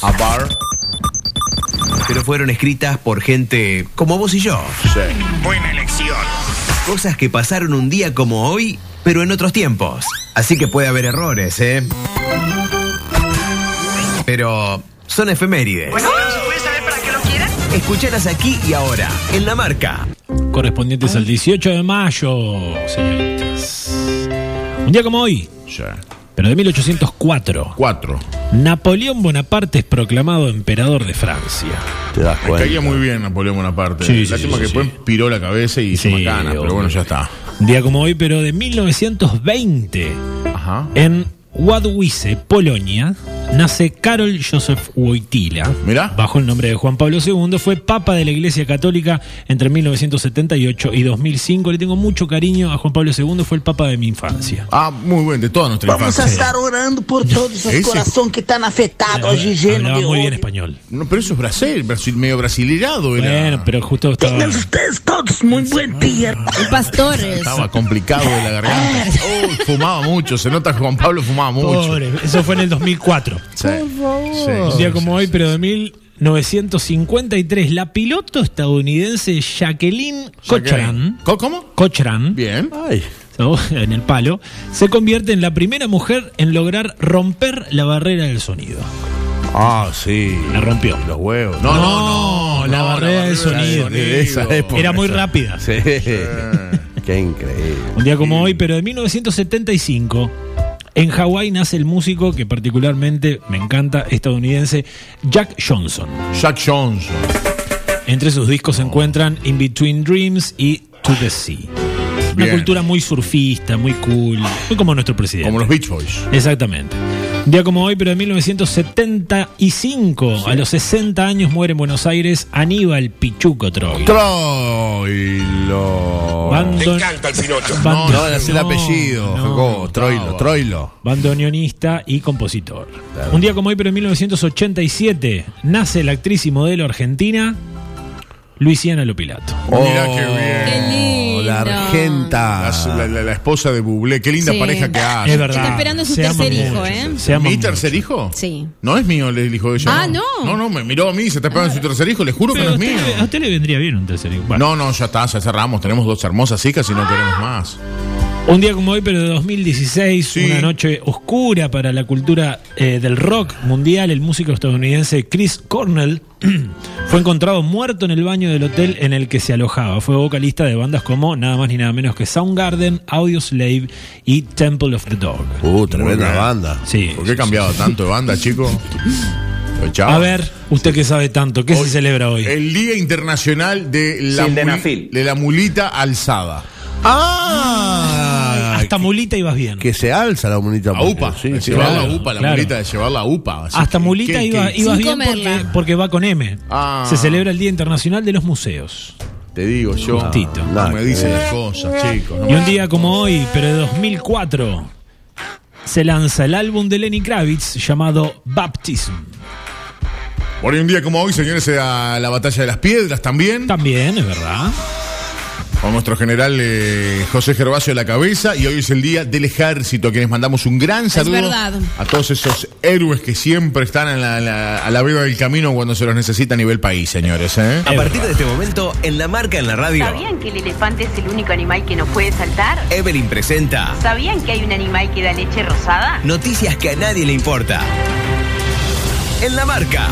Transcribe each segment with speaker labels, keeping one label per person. Speaker 1: a bar, pero fueron escritas por gente como vos y yo.
Speaker 2: Buena elección.
Speaker 1: Cosas que pasaron un día como hoy, pero en otros tiempos. Así que puede haber errores, ¿eh? Pero son efemérides.
Speaker 3: Bueno, pero se puede saber para qué lo quieren.
Speaker 1: Escuchalas aquí y ahora, en la marca.
Speaker 4: correspondientes al 18 de mayo, señoritas. Un día como hoy, pero de 1804,
Speaker 2: Cuatro.
Speaker 4: Napoleón Bonaparte es proclamado emperador de Francia.
Speaker 5: Te das
Speaker 2: Me
Speaker 5: cuenta.
Speaker 2: caía muy bien Napoleón Bonaparte.
Speaker 4: Sí, sí,
Speaker 2: Lástima
Speaker 4: sí,
Speaker 2: que
Speaker 4: sí.
Speaker 2: después piró la cabeza y hizo
Speaker 4: Sí,
Speaker 2: macana, pero
Speaker 4: obvio.
Speaker 2: bueno, ya está.
Speaker 4: Un día como hoy, pero de 1920,
Speaker 2: Ajá.
Speaker 4: en Wadwice, Polonia, nace Karol Joseph Wojtyla.
Speaker 2: Mirá.
Speaker 4: Bajo el nombre de Juan Pablo II, fue papa de la Iglesia Católica entre 1978 y 2005. Le tengo mucho cariño a Juan Pablo II, fue el papa de mi infancia.
Speaker 2: Ah, muy buen, de toda nuestra
Speaker 6: Vamos a
Speaker 2: infancia.
Speaker 6: estar orando por todos os
Speaker 2: Esse- É,
Speaker 6: corações que estão afetados hoje,
Speaker 4: Hablaba
Speaker 6: gênero.
Speaker 4: muy bien
Speaker 2: né?
Speaker 4: español.
Speaker 2: No, pero eso es Brasil, Brasil medio brasilirado era.
Speaker 4: Bueno, pero justo
Speaker 2: Tá.
Speaker 4: estaba.
Speaker 6: Tenham vocês todos muito bom dia.
Speaker 7: Pastores.
Speaker 2: Estaba complicado de la garganta. Uy, fumaba mucho, se nota que Juan Pablo fumaba mucho.
Speaker 4: Pobre, eso fue en el 2004.
Speaker 2: Sí, sí,
Speaker 4: Un día
Speaker 2: sí,
Speaker 4: como
Speaker 2: sí,
Speaker 4: hoy,
Speaker 2: sí.
Speaker 4: pero de 1953, la piloto estadounidense Jacqueline Cochran,
Speaker 2: ¿Cómo? ¿Cómo?
Speaker 4: Cochran,
Speaker 2: Bien.
Speaker 5: Ay,
Speaker 4: en el palo, se convierte en la primera mujer en lograr romper la barrera del sonido.
Speaker 5: ah, sí.
Speaker 4: La rompió.
Speaker 5: Los huevos.
Speaker 2: No,
Speaker 4: No, la barrera del sonido.
Speaker 5: De esa época.
Speaker 4: Era muy rápida.
Speaker 5: Sí. Qué increíble.
Speaker 4: Un día como hoy, pero de 1975, en Hawái nace el músico que particularmente me encanta, estadounidense, Jack Johnson.
Speaker 2: Jack Johnson.
Speaker 4: Entre sus discos se encuentran In Between Dreams y To the Sea. Una
Speaker 2: Bien.
Speaker 4: cultura muy surfista, muy cool, muy como nuestro presidente.
Speaker 2: Como los Beach Boys.
Speaker 4: Exactamente. Un día como hoy, pero en 1975, a los 60 años, muere en Buenos Aires Aníbal Pichuco Troy.
Speaker 2: Troilo.
Speaker 4: Bando-
Speaker 2: No,
Speaker 4: bando-
Speaker 2: no, es el
Speaker 4: no,
Speaker 2: apellido.
Speaker 4: no,
Speaker 2: Jacobo. Troilo,
Speaker 4: no.
Speaker 2: Troilo.
Speaker 4: bandoneonista y compositor. Un día como hoy, pero en 1987, nace la actriz y modelo argentina Luisiana Lopilato.
Speaker 2: Mirá qué bien.
Speaker 7: Qué lindo.
Speaker 5: La argenta.
Speaker 2: La, la- la- la esposa de Bublé. Qué linda
Speaker 7: Sí.
Speaker 2: pareja que hace.
Speaker 4: Es verdad.
Speaker 7: Está esperando su
Speaker 4: se aman
Speaker 7: tercer hijo,
Speaker 4: mucho,
Speaker 7: ¿eh?
Speaker 4: se aman
Speaker 2: ¿Mi
Speaker 4: mucho.
Speaker 2: tercer hijo?
Speaker 7: Sí.
Speaker 2: No es mío, le dijo ella.
Speaker 7: Ah, no. Ah.
Speaker 2: No, no, me miró a mí, se está esperando su tercer hijo, le juro que
Speaker 4: Pero
Speaker 2: no es
Speaker 4: a, usted,
Speaker 2: mío.
Speaker 4: le- a usted le vendría bien un tercer hijo.
Speaker 2: No,
Speaker 4: Bueno,
Speaker 2: no, ya está, ya cerramos. Tenemos dos hermosas hijas y
Speaker 7: Ah.
Speaker 2: no queremos más.
Speaker 4: Un día como hoy, pero de 2016,
Speaker 2: Sí.
Speaker 4: una noche oscura para la cultura eh, del rock mundial, el músico estadounidense Chris Cornell fue encontrado muerto en el baño del hotel en el que se alojaba. Fue vocalista de bandas como nada más ni nada menos que Soundgarden, Audioslave y Temple of the Dog.
Speaker 5: Uh, tremenda
Speaker 2: Muy bien.
Speaker 5: banda.
Speaker 4: Sí.
Speaker 2: ¿Por qué he cambiado tanto de banda, chico? Pues, chao.
Speaker 4: A ver, usted que sabe tanto, ¿qué se celebra hoy?
Speaker 2: El Día Internacional de la, muli- de la Mulita Alzada.
Speaker 5: Ah.
Speaker 4: Hasta mulita ibas bien.
Speaker 5: Que se alza la monita.
Speaker 2: A UPA.
Speaker 5: Sí,
Speaker 2: de
Speaker 5: sí.
Speaker 2: llevarla
Speaker 4: claro,
Speaker 2: a UPA, la
Speaker 4: claro.
Speaker 2: mulita de llevarla a UPA. Así
Speaker 4: Hasta
Speaker 2: que,
Speaker 4: mulita
Speaker 2: ¿qué-
Speaker 4: iba,
Speaker 2: qué-
Speaker 4: ibas
Speaker 7: Sin
Speaker 4: bien porque,
Speaker 7: comerla.
Speaker 4: porque va con M.
Speaker 2: Ah.
Speaker 4: Se celebra el Día Internacional de los Museos.
Speaker 2: Te digo yo.
Speaker 4: Justito.
Speaker 2: no
Speaker 5: Nada
Speaker 2: me
Speaker 5: que
Speaker 2: dicen
Speaker 5: ver.
Speaker 2: las cosas, chicos. no
Speaker 4: Y un día como hoy, pero de 2004, se lanza el álbum de Lenny Kravitz llamado Baptism.
Speaker 2: Por un día como hoy, señores, se da la batalla de las piedras también.
Speaker 4: También, es verdad.
Speaker 2: Con nuestro general eh, José Gervasio de la cabeza. Y hoy es el día del ejército, a quienes mandamos un gran saludo.
Speaker 7: verdad.
Speaker 2: A todos esos héroes que siempre están en la- la- a la veda del camino cuando se los necesita a nivel país, señores. ¿eh?
Speaker 1: A partir de este momento, en la marca en la radio,
Speaker 8: ¿Sabían que el elefante es el único animal que no puede saltar?
Speaker 1: Evelyn presenta
Speaker 8: ¿Sabían que hay un animal que da leche rosada?
Speaker 1: noticias que a nadie le importa. En la marca.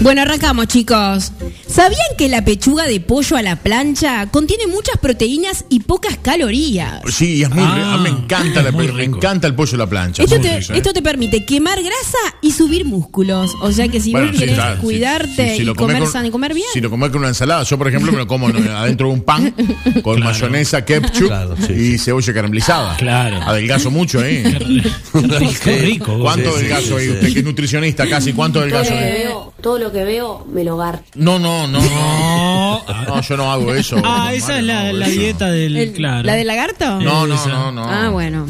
Speaker 7: Bueno, arrancamos, chicos. ¿Sabían que la pechuga de pollo a la plancha contiene muchas proteínas y pocas calorías?
Speaker 2: Sí, y es muy
Speaker 4: Ah,
Speaker 2: rico. A mí me encanta, la,
Speaker 4: muy
Speaker 2: pe- me
Speaker 4: rico.
Speaker 2: encanta el pollo a la plancha.
Speaker 7: Esto
Speaker 2: Muy
Speaker 7: te,
Speaker 2: rico, ¿eh?
Speaker 7: esto te permite quemar grasa y subir músculos. O sea que si
Speaker 2: Bueno,
Speaker 7: vos
Speaker 2: sí,
Speaker 7: querés
Speaker 2: claro, sí, sí,
Speaker 7: cuidarte
Speaker 2: sí, si
Speaker 7: y
Speaker 2: lo comés
Speaker 7: comer
Speaker 2: con-
Speaker 7: sano y comer bien.
Speaker 2: Si lo comés con una ensalada, yo por ejemplo me lo como en- adentro de un pan con mayonesa, ketchup
Speaker 5: Claro, sí,
Speaker 2: y cebolla caramelizada.
Speaker 4: Ah, Claro.
Speaker 2: Adelgazo mucho, ¿eh?
Speaker 4: Qué rico. vos.
Speaker 2: ¿Cuánto
Speaker 5: Sí, sí,
Speaker 2: adelgazo ahí?
Speaker 5: sí.
Speaker 2: Usted que es nutricionista casi, ¿cuánto
Speaker 9: Todo lo
Speaker 2: adelgazo
Speaker 9: que
Speaker 2: ahí?
Speaker 9: veo, todo lo que veo me lo garto.
Speaker 2: No, no, no, no.
Speaker 4: No.
Speaker 2: No, yo no hago eso.
Speaker 4: Ah, esa es la, la dieta del.
Speaker 7: El-
Speaker 4: claro.
Speaker 7: ¿La del lagarto?
Speaker 2: No, no,
Speaker 4: esa.
Speaker 2: no, no.
Speaker 7: Ah, bueno.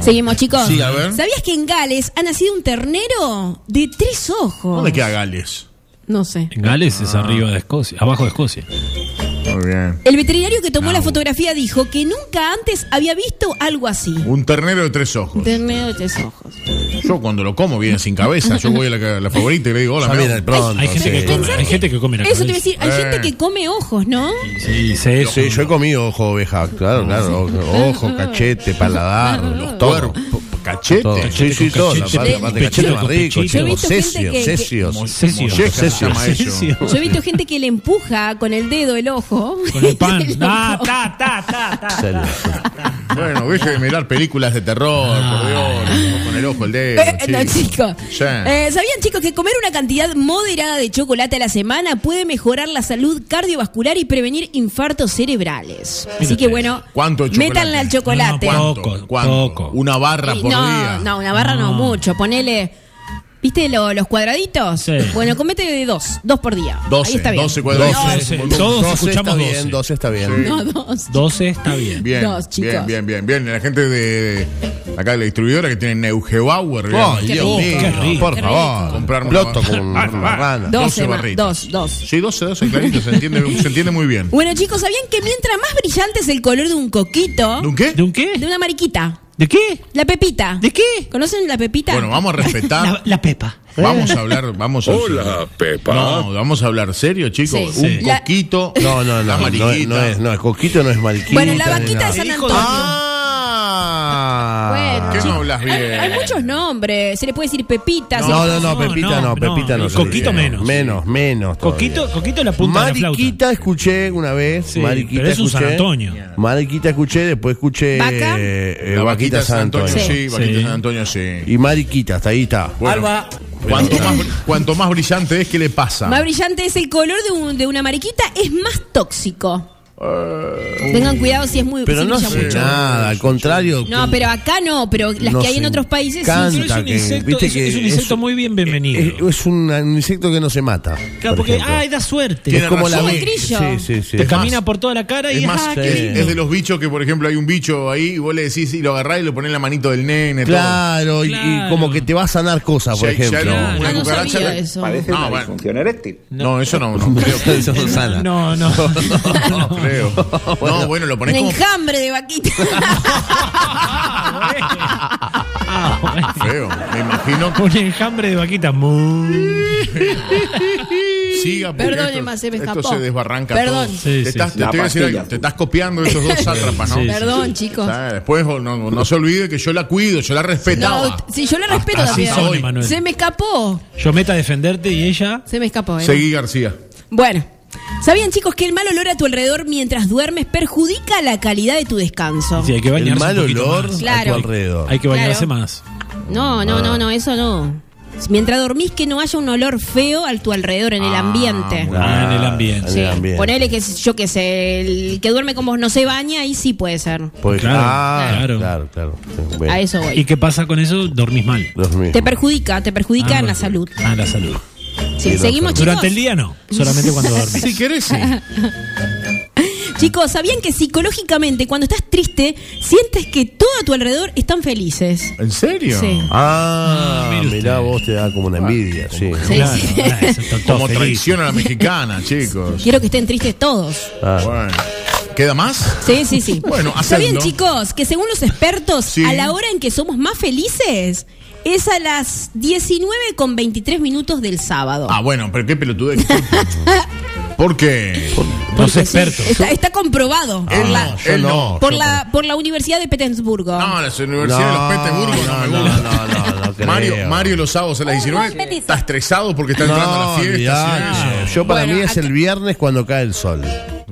Speaker 7: Seguimos, chicos.
Speaker 2: Sí, a ver.
Speaker 7: ¿Sabías que en Gales ha nacido un ternero de tres ojos?
Speaker 2: ¿Dónde queda Gales?
Speaker 7: No sé.
Speaker 2: Ah.
Speaker 4: En Gales es arriba de Escocia, abajo de Escocia.
Speaker 2: Ok. Muy bien.
Speaker 7: El veterinario que tomó
Speaker 2: No.
Speaker 7: la fotografía dijo que nunca antes había visto algo así.
Speaker 2: Un ternero de tres ojos.
Speaker 7: De medio de tres ojos.
Speaker 2: Yo cuando lo como viene sin cabeza. Yo voy a la, la favorita y le digo, hola,
Speaker 5: Ya
Speaker 2: mi
Speaker 5: viene
Speaker 2: amor.
Speaker 5: pronto.
Speaker 4: Hay gente
Speaker 5: sí.
Speaker 4: que come, hay gente que come la
Speaker 7: Eso te voy a
Speaker 4: cabeza.
Speaker 7: decir, hay
Speaker 2: Eh.
Speaker 7: gente que come ojos, ¿no?
Speaker 4: Sí, se
Speaker 5: Sí, yo he comido ojo de oveja, claro, claro. Ojo, ojo, cachete, paladar, los toros.
Speaker 2: Cachete.
Speaker 5: Todo. Sí, sí, todo. La
Speaker 4: Cachete
Speaker 5: parte,
Speaker 7: con
Speaker 5: la parte
Speaker 4: cachete.
Speaker 5: cachete más rico,
Speaker 4: Yo he
Speaker 5: chicos.
Speaker 7: visto gente
Speaker 5: Cesios,
Speaker 7: que- que-
Speaker 5: cesios.
Speaker 4: Como cesio.
Speaker 2: Mollejas se llama
Speaker 4: Cesio.
Speaker 2: eso.
Speaker 7: Yo he visto gente que le empuja con el dedo el ojo.
Speaker 4: Con el pan.
Speaker 7: Y el
Speaker 4: Ah,
Speaker 7: ojo.
Speaker 4: ta, ta, ta, ta.
Speaker 5: Cesios.
Speaker 2: Bueno, deje de mirar películas de terror,
Speaker 4: Ah.
Speaker 2: por Dios, con el ojo, el dedo.
Speaker 7: Eh, no, chicos.
Speaker 2: Sí.
Speaker 7: Eh, ¿Sabían, chicos, que comer una cantidad moderada de chocolate a la semana puede mejorar la salud cardiovascular y prevenir infartos cerebrales? Así que,
Speaker 4: ustedes.
Speaker 7: bueno,
Speaker 2: ¿Cuánto chocolate?
Speaker 7: métanle al chocolate.
Speaker 4: No,
Speaker 2: ¿Cuánto?
Speaker 4: Poco,
Speaker 2: ¿Cuánto?
Speaker 4: poco.
Speaker 2: Una barra
Speaker 7: Y
Speaker 2: por
Speaker 7: no,
Speaker 2: día.
Speaker 7: no, una barra
Speaker 4: No.
Speaker 7: no, mucho. Ponele. ¿Viste lo- los cuadraditos?
Speaker 4: Sí.
Speaker 7: Bueno, comete de dos. Dos por día. Ahí
Speaker 2: 12,
Speaker 7: está bien.
Speaker 2: 12 cuadrados.
Speaker 4: Doce.
Speaker 2: Doce.
Speaker 4: Doce. Todos escuchamos
Speaker 5: está bien,
Speaker 4: 12.
Speaker 5: 12 está bien.
Speaker 7: No, dos.
Speaker 4: 12 está bien.
Speaker 2: Bien,
Speaker 7: Dos, chicos.
Speaker 2: bien, bien, bien, bien. La gente de de acá de la distribuidora que tiene Neugebauer. bien.
Speaker 5: Ay,
Speaker 7: Qué
Speaker 5: Dios
Speaker 7: rico,
Speaker 4: qué
Speaker 5: mío,
Speaker 4: rico.
Speaker 5: por
Speaker 7: Qué
Speaker 5: favor.
Speaker 7: rico.
Speaker 5: Comprar un plato con una rana.
Speaker 7: Dos,
Speaker 2: 12
Speaker 7: Emma,
Speaker 2: barritas.
Speaker 7: dos, dos.
Speaker 2: Sí, 12, 12, clarito, se entiende, se entiende muy bien.
Speaker 7: Bueno, chicos, ¿sabían que mientras más brillante es el color de un coquito,
Speaker 2: ¿De un qué?
Speaker 4: ¿De un
Speaker 7: de
Speaker 4: qué?
Speaker 7: una mariquita,
Speaker 4: ¿De qué?
Speaker 7: la pepita?
Speaker 4: ¿De qué?
Speaker 7: ¿Conocen la pepita?
Speaker 2: Bueno, vamos a
Speaker 4: Ah.
Speaker 2: respetar.
Speaker 4: pepa.
Speaker 2: Vamos a hablar, vamos a
Speaker 10: Hola, Pepa.
Speaker 2: No, vamos a hablar serio, chicos.
Speaker 7: Sí.
Speaker 2: Un
Speaker 7: Sí. La-
Speaker 2: coquito.
Speaker 5: No,
Speaker 2: la
Speaker 5: no, no. No, es-
Speaker 2: mariquita.
Speaker 5: no es, no, el coquito no es mariquita.
Speaker 7: Bueno, la
Speaker 5: ni
Speaker 7: vaquita
Speaker 5: nada.
Speaker 7: de San
Speaker 4: Hijo
Speaker 7: Antonio.
Speaker 5: Ah.
Speaker 7: Bueno,
Speaker 2: ¿Qué
Speaker 7: chicos,
Speaker 2: no hablas bien?
Speaker 7: hay, hay muchos nombres. Se le puede decir pepita. se le
Speaker 5: No,
Speaker 7: puede
Speaker 5: no, no, Pepita
Speaker 4: No,
Speaker 5: no,
Speaker 4: no,
Speaker 5: Pepita no.
Speaker 4: el coquito
Speaker 5: sí,
Speaker 4: menos.
Speaker 5: Menos, menos. todavía.
Speaker 4: Coquito, coquito es la punta de la flauta.
Speaker 5: Mariquita escuché una vez.
Speaker 4: Sí,
Speaker 5: Mariquita
Speaker 4: pero es un
Speaker 5: escuché.
Speaker 4: San Antonio.
Speaker 5: Mariquita escuché, después escuché.
Speaker 7: Vaca.
Speaker 5: eh, eh,
Speaker 2: La
Speaker 5: vaquita San Antonio.
Speaker 2: Sí, vaquita
Speaker 4: Sí.
Speaker 2: San Antonio, sí.
Speaker 5: Y Mariquita, hasta ahí está.
Speaker 2: Bueno, Cuanto más, br- cuanto más brillante es, ¿qué le pasa?
Speaker 7: Más brillante es el color de, un- de una mariquita, es más tóxico. Tengan cuidado si es muy
Speaker 5: Pero
Speaker 7: si
Speaker 5: no ah,
Speaker 7: brilla
Speaker 5: hace
Speaker 7: mucho.
Speaker 5: nada, al contrario.
Speaker 7: No, pero acá no, pero las
Speaker 5: Nos
Speaker 7: que hay en otros países sí.
Speaker 5: encanta.
Speaker 4: Pero es un
Speaker 5: que-
Speaker 4: insecto,
Speaker 5: viste
Speaker 4: es,
Speaker 5: que
Speaker 4: es un insecto
Speaker 5: es-
Speaker 4: muy bien
Speaker 5: Es,
Speaker 4: bienvenido.
Speaker 5: es un, un insecto que no se mata. por
Speaker 4: Claro, porque,
Speaker 5: ejemplo.
Speaker 4: ay, da suerte.
Speaker 5: es
Speaker 2: Tiene
Speaker 5: como
Speaker 2: razón.
Speaker 5: la
Speaker 7: Como
Speaker 5: ve-
Speaker 7: el grillo.
Speaker 5: Sí, sí, sí.
Speaker 4: Te camina por toda la cara y
Speaker 2: Es más,
Speaker 4: ah,
Speaker 5: sí.
Speaker 4: qué
Speaker 5: eh,
Speaker 2: es,
Speaker 4: lindo.
Speaker 2: es de los bichos que, por ejemplo, hay un bicho ahí y vos le decís y lo agarrás y lo ponés en la manito del nene. todo.
Speaker 5: Claro, y- Y,
Speaker 4: Claro.
Speaker 5: como que te va a sanar cosas, por
Speaker 2: Ya- ya
Speaker 5: ejemplo.
Speaker 2: era una
Speaker 7: Ah, no
Speaker 2: cucaracha
Speaker 7: sabía
Speaker 2: que-
Speaker 7: eso.
Speaker 2: No, bueno. No, eso no, no creo.
Speaker 5: Eso no sana.
Speaker 4: No, no.
Speaker 2: No, creo. No, bueno, lo
Speaker 7: Un
Speaker 2: ponés como
Speaker 7: enjambre de vaquita.
Speaker 4: Ah,
Speaker 2: feo. Me imagino
Speaker 4: Un enjambre de vaquita. Muy...
Speaker 2: Siga porque
Speaker 7: Perdón,
Speaker 2: esto-
Speaker 7: Emma, se me
Speaker 2: esto
Speaker 7: escapó.
Speaker 2: se desbarranca
Speaker 7: Perdón.
Speaker 2: todo.
Speaker 4: Sí,
Speaker 2: te,
Speaker 4: sí,
Speaker 2: estás,
Speaker 4: sí.
Speaker 2: te, te voy a decir algo, te estás copiando de esos dos sátrapas, ¿no?
Speaker 4: Sí, sí,
Speaker 7: Perdón, chicos.
Speaker 2: O sea, después no, no- no se olvide que yo la cuido, yo la Ah.
Speaker 7: No,
Speaker 2: respetaba.
Speaker 7: si yo la respeto
Speaker 4: Así
Speaker 7: también.
Speaker 4: son, Emanuel.
Speaker 7: Se me escapó.
Speaker 4: Yo meta a defenderte y ella.
Speaker 7: Se me escapó. ¿eh?
Speaker 2: Seguí García.
Speaker 7: Bueno, ¿sabían chicos que el mal olor a tu alrededor mientras duermes perjudica la calidad de tu descanso?
Speaker 4: Sí, hay que bañarse
Speaker 5: El mal
Speaker 4: un poquito
Speaker 5: olor
Speaker 4: más.
Speaker 7: Claro.
Speaker 5: a tu alrededor.
Speaker 4: Hay que bañarse
Speaker 7: Claro.
Speaker 4: más.
Speaker 7: No, no, no, no, eso no. Mientras dormís que no haya un olor feo a tu alrededor en el ambiente.
Speaker 4: Ah, en el ambiente.
Speaker 5: en
Speaker 7: Sí.
Speaker 5: el ambiente.
Speaker 7: Ponele que yo que sé, el que duerme como no se baña, ahí sí puede ser.
Speaker 5: Pues-
Speaker 4: Claro,
Speaker 5: ah,
Speaker 4: claro.
Speaker 5: claro, claro. Sí, bueno.
Speaker 7: A eso
Speaker 4: ¿Y
Speaker 7: voy.
Speaker 4: qué pasa con eso? Dormís mal.
Speaker 5: Dios mío.
Speaker 7: Te perjudica, te perjudica en la salud.
Speaker 4: Ah, la salud.
Speaker 7: Sí, seguimos chicos.
Speaker 4: Durante el día no, solamente cuando dormís.
Speaker 2: Si querés, sí.
Speaker 7: Chicos, ¿sabían que psicológicamente cuando estás triste sientes que todo a tu alrededor están felices?
Speaker 2: ¿En serio?
Speaker 7: Sí.
Speaker 5: Ah,
Speaker 4: Ah, mire
Speaker 5: mirá,
Speaker 4: usted.
Speaker 5: vos te da como una envidia, sí.
Speaker 7: Sí,
Speaker 4: Claro,
Speaker 7: sí.
Speaker 4: claro, eso está todo
Speaker 2: Como
Speaker 4: feliz.
Speaker 2: Ah, traición a la mexicana, chicos.
Speaker 7: Quiero que estén tristes todos.
Speaker 5: Ah,
Speaker 2: Bueno. ¿Queda más?
Speaker 7: Sí, sí, sí.
Speaker 2: Bueno,
Speaker 7: ¿Sabían,
Speaker 2: hacedlo.
Speaker 7: chicos, que según los expertos,
Speaker 2: Sí.
Speaker 7: a la hora en que somos más felices es a las 19 con 23 minutos del sábado?
Speaker 2: Ah, bueno, pero qué pelotudez. ¿Por qué?
Speaker 4: Los
Speaker 7: Porque sí,
Speaker 4: expertos.
Speaker 7: está, está comprobado.
Speaker 5: Ah,
Speaker 7: por la,
Speaker 5: yo
Speaker 2: él
Speaker 5: no.
Speaker 7: por
Speaker 5: yo
Speaker 7: la, por la Universidad de Petersburgo.
Speaker 2: No, la Universidad de los Petersburgo no, me
Speaker 5: no,
Speaker 2: gusta.
Speaker 5: no, no, no, no creo.
Speaker 2: Mario, Mario los sábados a las 19 está estresado porque está
Speaker 5: No,
Speaker 2: entrando a la
Speaker 5: olvidate.
Speaker 2: fiesta.
Speaker 5: Yo para
Speaker 7: Bueno,
Speaker 5: mí es
Speaker 7: acá-
Speaker 5: el viernes cuando cae el sol.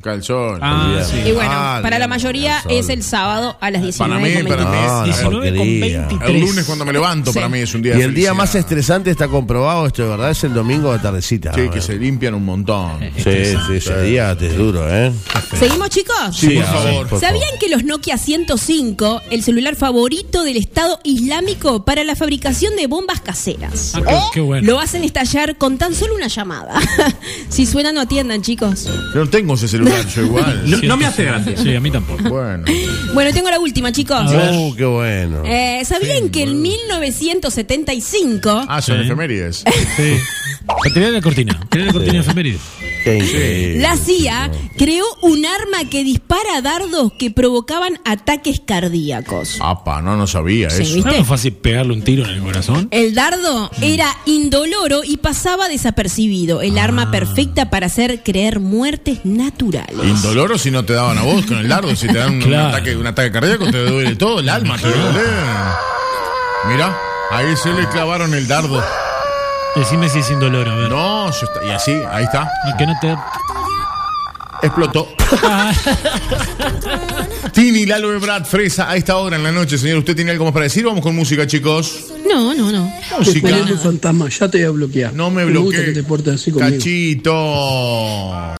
Speaker 2: Calzón.
Speaker 4: Ah, sí.
Speaker 7: Y bueno,
Speaker 5: Ah,
Speaker 7: para la
Speaker 5: bien,
Speaker 7: mayoría
Speaker 5: sol.
Speaker 7: es el sábado a las
Speaker 2: Para
Speaker 7: 19.
Speaker 2: mí,
Speaker 7: con
Speaker 2: para mí.
Speaker 7: 23.
Speaker 5: No, Ah, la
Speaker 4: 19 con
Speaker 5: porquería.
Speaker 4: 23.
Speaker 2: El lunes cuando me levanto para mí es un
Speaker 5: Y
Speaker 2: día de
Speaker 5: el día
Speaker 2: felicidad.
Speaker 5: más estresante está comprobado, esto de verdad, es el domingo de tardecita.
Speaker 2: Sí, que se limpian un montón.
Speaker 5: Sí, sí, ese día te es duro, ¿eh?
Speaker 7: ¿Seguimos, chicos?
Speaker 2: Sí, por
Speaker 5: a ver,
Speaker 2: favor.
Speaker 5: por favor.
Speaker 7: ¿Sabían que los Nokia 105, el celular favorito del Estado Islámico para la fabricación de bombas caseras?
Speaker 4: Ah, qué, qué bueno.
Speaker 7: Lo hacen estallar con tan solo una llamada. si suena, no atiendan, chicos.
Speaker 2: Yo no tengo ese celular, yo igual.
Speaker 10: No, no me hace gracia.
Speaker 4: Sí, a mí tampoco.
Speaker 2: Bueno.
Speaker 7: Bueno, tengo la última, chicos.
Speaker 5: Uh, qué bueno.
Speaker 7: Eh, ¿Sabían que en 1975
Speaker 2: Ah, son efemérides.
Speaker 4: Sí. Tirá la cortina. Tirá la cortina de efeméride.
Speaker 5: Qué increíble.
Speaker 7: La CIA creó un arma que dispara dardos que provocaban ataques cardíacos.
Speaker 2: Apa, no, no sabía
Speaker 7: Sí,
Speaker 2: eso.
Speaker 7: ¿viste?
Speaker 4: ¿No es más fácil pegarle un tiro en el corazón?
Speaker 7: El dardo era indoloro y pasaba desapercibido. El arma perfecta para hacer creer muertes naturales.
Speaker 2: Indoloro si no te daban a vos con el lardo, si te dan un,
Speaker 4: Claro.
Speaker 2: ataque, un ataque cardíaco, te duele todo el alma. Te duele. Mirá, ahí se le clavaron el dardo.
Speaker 4: Decime si es indoloro, a ver.
Speaker 2: No, yo está- y así, ahí está.
Speaker 4: No, Que no te...
Speaker 2: Explotó. Tini, Lalo de Brad, Fresa, a esta hora en la noche, señor. ¿Usted tiene algo más para decir? Vamos con música, chicos.
Speaker 7: No, no, no.
Speaker 2: Música.
Speaker 10: Fantasma, ya te voy a bloquear.
Speaker 2: No me
Speaker 10: gusta
Speaker 2: bloquees.
Speaker 10: que te portes así conmigo.
Speaker 2: Cachito.